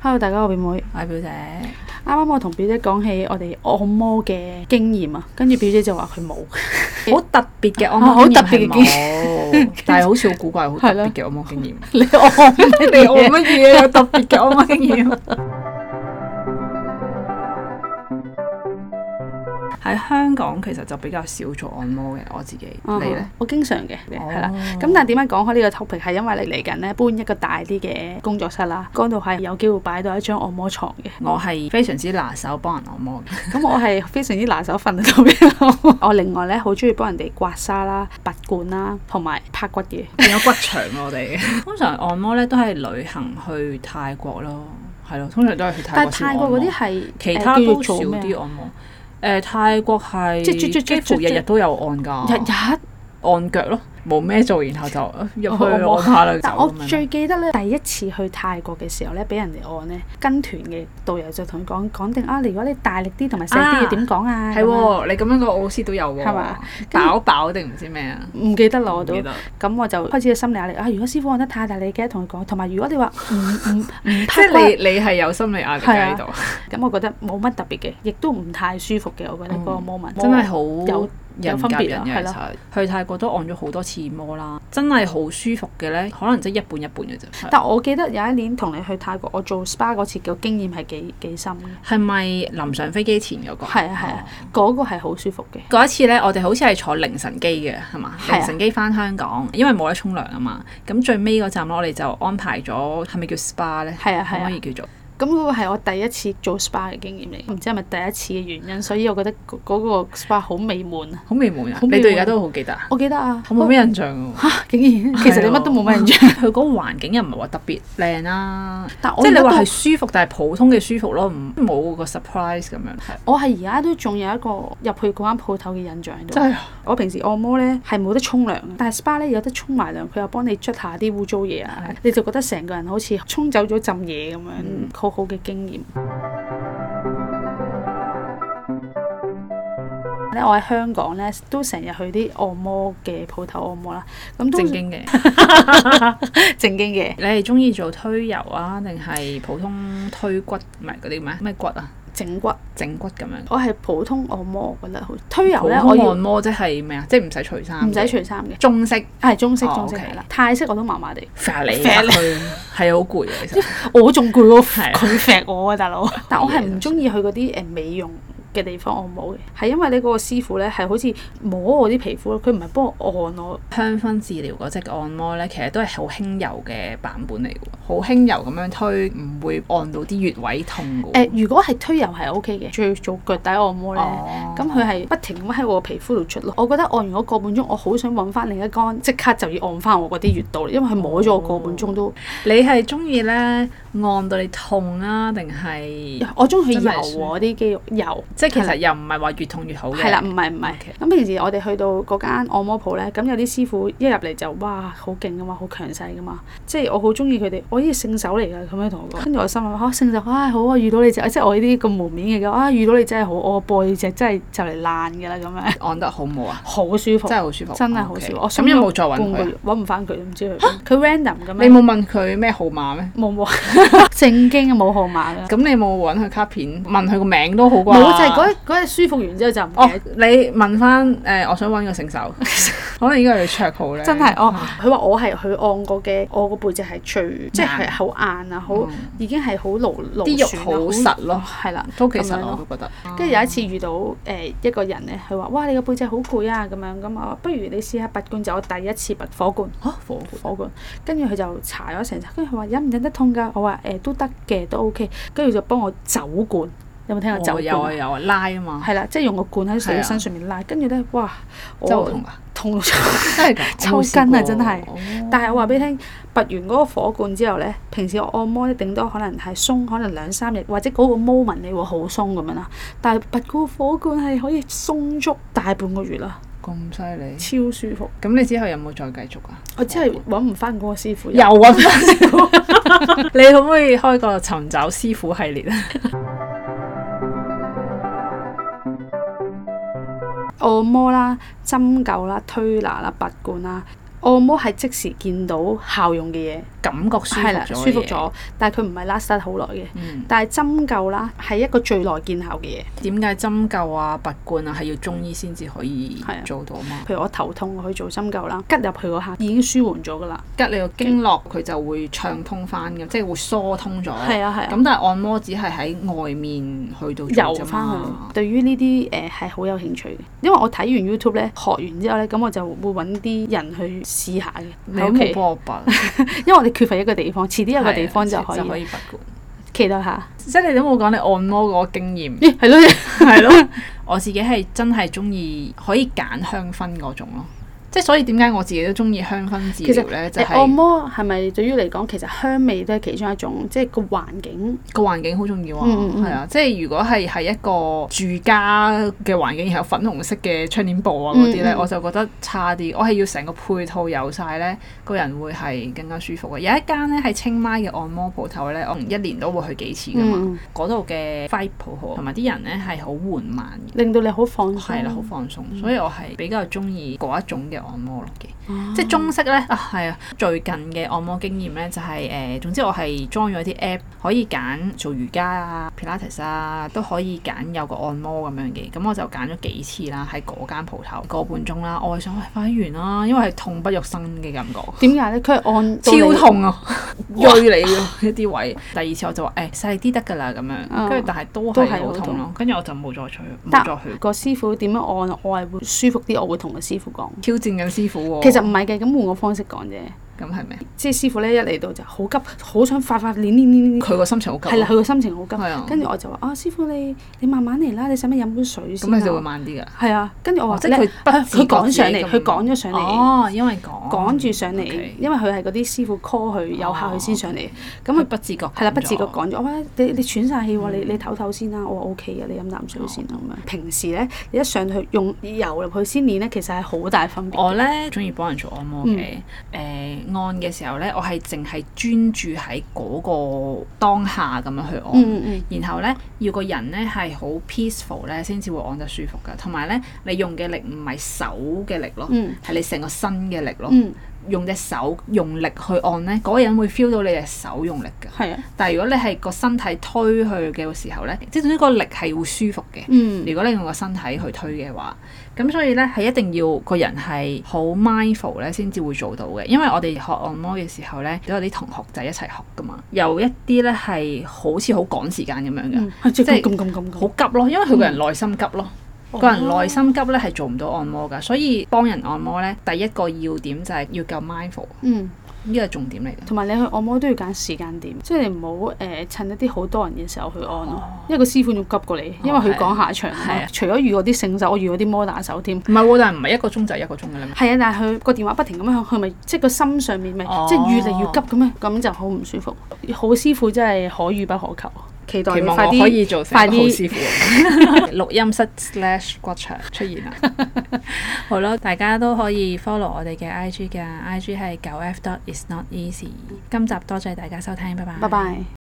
Hello，大家好，我表妹。我係表姐，啱啱我同表姐講起我哋按摩嘅經驗啊，跟住表姐就話佢冇， 好哦特別嘅按啊好摩經特別驗係嘅經冇，但係好似好古怪好特別嘅按摩經驗。你按 你按乜嘢有特別嘅按摩經驗？ 喺香港其實就比較少做按摩嘅，我自己。你咧？？我經常嘅，係啦、哦咁但係點解講開呢個 topic 係因為你嚟緊咧搬一個大啲嘅工作室啦，嗰度係有機會擺到一張按摩床 嘅。我係非常之拿手幫人按摩嘅，咁我係非常之拿手瞓喺度邊 我另外咧好中意幫人哋刮痧啦、拔罐啦，同埋拍骨嘅。有骨長我哋。 通常按摩咧都係旅行去泰國咯，係咯，通常都係去泰但係國先泰按摩。國嗰啲係其誒他叫都做少做咩啊啲按摩。誒、呃泰國係即即即即幾乎日即日都有按㗎，日日按腳咯，冇咩做，然後就呃入去按摩按下啦。但就我咁樣最記得咧，第一次去泰國嘅時候咧，俾人哋按咧，跟團嘅導遊就同佢講講定啊，如果你大力啲同埋細啲要啊點講啊？咁係樣，喎，你咁樣個奧斯都有喎，係嘛？飽飽定唔知咩啊？唔記得啦我都唔記，得咁我就開始有心理壓力啊！如果師傅按得太大力嘅，同佢講，同埋如果你話唔唔唔即拍骨，係你你係有心理壓力嗯係喺啊呢度，咁我覺得冇乜特別嘅，亦都唔太舒服嘅，我覺得嗰個 moment 嗯真係好有有人分夾別人啊係咯嘅。其實去泰國都按咗好多次摩啦，真係好舒服嘅咧，可能即係一半一半嘅啫。係但我記得有一年同你去泰國，我做 SPA 嗰次嘅經驗係幾幾深嘅，係咪臨上飛機前嗰個？係啊係啊哦。嗰個係好舒服嘅。嗰一次咧，我哋好似係坐凌晨機嘅，係嘛？係啊凌晨機翻香港，因為冇得沖涼啊嘛。咁最尾嗰站咧，我哋就安排咗，係咪叫 SPA 咧？係啊係啊可唔可以叫做？咁嗰個係我第一次做 SPA 嘅經驗嚟，唔知係咪第一次嘅原因，所以我覺得嗰嗰個 SPA 好美滿啊！好美滿啊！好美滿你到而家都好記得啊？我記得啊，我 冇啊咩印象喎。竟然其實你乜都冇乜印象，象。佢嗰個環境又唔係話特別靚啦，但我即係而你家話都係舒服，但係普通嘅舒服咯，唔冇個 surprise 咁樣。係我係而家都仲有一個入去嗰間鋪頭嘅印象喺度。真係我平時按摩咧係冇得沖涼，但係 SPA 咧有得沖埋涼，佢又幫你捽下啲污糟嘢啊係，嗯你就覺得成個人好似沖走咗浸嘢咁樣，好好嘅經驗。咧，我喺香港咧都成日去啲按摩嘅鋪頭按摩啦，咁都正經嘅。 正經嘅你係中意做推油啊，定係普通推骨？唔係嗰啲咩咩骨啊？整骨，整骨咁樣。我係普通按摩，我覺得好推油咧，我普通要按摩即係咩啊？即係唔使除衫嘅，唔使除衫嘅，中式係中式哦中式 OK 係啦，泰式我都麻麻地。啡你啡佢係啊好攰嘅，其實我仲攰過係啊佢錫我啊，大佬！但我係嘢唔中意去嗰啲誒美容嘅地方按摩嘅，係因為呢嗰個師傅咧係好似摸我啲皮膚咯，佢唔係幫我按我，香薰治療嗰只按摩咧，其實都係好輕柔嘅版本嚟嘅喎，好輕柔咁樣推，唔會按到啲穴位痛嘅誒、喎。嗯如果係推油係 O K 嘅，最做腳底按摩咧。哦咁佢係不停咁喺我皮膚度出咯，我覺得按完嗰個半鐘，我好想揾翻另一間，即刻就要按翻我嗰啲穴度，因為佢摸咗我個半鐘都，你係中意咧按到你痛啊，定係我中意佢真係油我啲肌肉油，即係其實又唔係話越痛越好嘅？係啦，唔係唔係 OK。咁平時我哋去到嗰間按摩鋪咧，咁有啲師傅一入嚟就哇好勁噶嘛，好強勢噶嘛，即係我好中意佢哋，我呢啲聖手嚟㗎，咁樣同我講。跟住我心諗嚇、啊聖手，唉、好啊，遇到你就即係我呢啲咁門面嘅，啊遇到你真係好，我背脊真係就嚟爛㗎啦咁樣， 按得好唔好啊？好舒服真，係好舒服，真係好舒服。我 OK 想咁有冇再揾揾半個佢月啊？揾唔翻佢，唔知佢邊佢 random 咁你樣，冇問佢咩號碼咩？冇冇 正經嘅啊冇號碼㗎，咁你冇揾佢卡片，問佢個名都好啩？冇就係嗰日嗰日舒服完之後就唔哦記，你問翻誒、我想揾個聖 手，可能應該係綽號咧。得，真係哦。佢話我係佢按過嘅，我個背脊係最即係好硬啊，好。嗯已經係好勞勞啲損肉啊好實咯，嗯係啦。都其咁實樣咯我都覺得。跟住有一次遇到誒、呃一個人咧，佢話：哇，你個背脊好攰啊！咁樣咁啊，不如你試下拔罐，就我第一次拔火罐，嚇火火罐。跟住佢就搽咗成身，跟住佢話忍唔忍得痛㗎？我話誒、呃都得嘅，都 OK。跟住就幫我走罐，有冇聽過走就有啊罐啊？有啊拉啊嘛，係啦，即係用個罐喺係自啊己身上面拉，跟住咧，哇！真係我痛㗎，痛到真係㗎，抽啊 我冇試過筋啊真係。哦但係我話俾你聽，拔完嗰個火罐之後咧，平時我按摩咧，頂多可能係鬆，可能兩三日，或者嗰個 moment 你會好鬆咁樣啦。但係拔嗰個火罐係可以鬆足大半個月啦，咁犀利，超舒服。咁你之後有冇再繼續啊？嗯我真係揾唔翻嗰個師傅。又揾翻師傅， 你可唔可以開個尋找師傅系列啊？按摩啦、針灸啦、推拿啦、拔罐啦。按摩係即時見到效用嘅嘢，感覺舒服係啦，咗，舒服。咗，但係佢唔係 last 得好耐嘅。嗯，但係針灸啦，係一個最耐見效嘅嘢。點解針灸啊、拔罐啊係要中醫先至可以係啊做到嘛？譬如我頭痛，我去做針灸啦，吉入去嗰下已經舒緩咗㗎啦。吉你個經絡佢就會暢通翻嘅，即係會疏通咗。係啊係啊，咁但係按摩只係喺外面去到做游啫翻去嘛。。對於呢啲誒係好有興趣嘅，因為我睇完 YouTube 咧，學完之後咧，咁我就會揾啲人去試下嘅你喺都屋冇企，幫我拔，因為我哋缺乏一個地方，遲啲有個地方係就啊可以拔罐。期待下。即係你都冇講你按摩嗰個經 驗。咦，係咯，係咯，我自己係真係中意可以揀香薰嗰種咯，即係所以點解我自己都中意香薰治療咧，就誒按係摩係咪對於嚟講，其實香味都係其中一種，即係個環境個環境好重要啊，嗯嗯嗯係啊，即係如果係喺一個住家嘅環境，然後粉紅色嘅窗簾布啊嗰啲咧，嗯嗯我就覺得差啲，我係要成個配套有晒咧，個人會係更加舒服嘅。有一間咧係清邁嘅按摩鋪頭咧，我一年都會去幾次噶嘛，嗯，嗰度嘅 vibe 好好，同埋啲人咧係好緩慢嘅。令到你好放鬆。係啦，好放鬆，所以我係比較中意嗰一種嘅按摩咯嘅，啊，即係中式咧啊，係啊，最近嘅按摩經驗咧就係、誒、總之我係裝咗啲 app 可以揀做瑜伽啊、Pilates 啊，都可以揀有個按摩咁樣嘅，咁我就揀咗幾次啦，喺嗰間鋪頭個半鐘啦，我係想喂快啲完啦，因為係痛不欲生嘅感覺。點解咧？佢係按到你超痛啊！鋭你嘅一啲位，第二次我就話誒細啲得㗎啦咁樣，跟住但係哦都都係係好好痛痛咯，跟住我就冇再去，但冇再去個師傅點樣按，我係會舒服啲，我會同個師傅講。挑戰緊師傅喎。其實唔係嘅，咁換個方式講啫。咁係咪？即係師傅咧一嚟到就好急，好想快快練練練練練。佢個心情好急啊，係啦，佢個心情好急。係啊，跟住我就話：啊，師傅你你慢慢嚟啦，你使唔使飲杯水先咁你就會啊？慢啲噶。係啊，跟住我話哦即係佢佢不自覺佢趕上嚟，自己佢咁趕咗上嚟，哦，因為講趕住上嚟 OK，因為佢係嗰啲師傅 call 佢有客哦佢先上嚟。咁咁佢佢不自覺係啦，不自覺講講咗，我話你你喘晒氣喎，嗯你你唞唞先啦，我話 O K 嘅，你飲啖水先啊哦咁樣。平時咧，你一上去用油入去先練咧，其實係好大分別咗。我嘅。咧中意幫人做按摩嗯嘅，誒按嘅時候咧，我係淨係專注喺嗰個當下咁樣去按。嗯嗯嗯，然後咧，要個人咧係好 peaceful 咧，先至會按得舒服噶。同埋咧，你用嘅力唔係手嘅力咯，係、嗯你成個身嘅力咯。嗯，用隻手用力去按咧，嗰、個人會 feel 到你隻手用力㗎。係啊，但係如果你係個身體推去嘅時候咧，即係總之個力係會舒服嘅。嗯如果你用個身體去推嘅話，咁所以咧係一定要個人係好 mindful 咧先至會做到嘅。因為我哋學按摩嘅時候咧，都有啲同學仔一齊學噶嘛，有一啲咧係好似好趕時間咁樣嘅，嗯，係即即係係咁咁咁好咁。急咯，因為佢個人內心急咯。哦個人內心急咧係做唔到按摩㗎，所以幫人按摩咧，第一個要點就係要夠 mindful，嗯，呢個係重點嚟嘅。同埋你去按摩都要揀時間點，即係你唔好誒趁一啲好多人嘅時候去按咯，因為個師傅仲急過你，因為佢講下場啊係啊嘛。除咗遇嗰啲聖手，我遇嗰啲摩打手添。唔係喎，但係唔係一個鐘就係一個鐘㗎啦咩？係啊，但係佢個電話不停咁樣響，佢咪即係個心上面咪哦即係越嚟越急咁樣，咁就好唔舒服。好師傅真係可遇不可求，期待期你望快我可以啲做成快一個啲好師傅咁。 錄音室 slash 骨場出現啦。 好啦，大家都可以 follow 我哋嘅 IG 㗎，IG 係九 F dot is not easy。今集多謝大家收聽，拜拜。拜拜。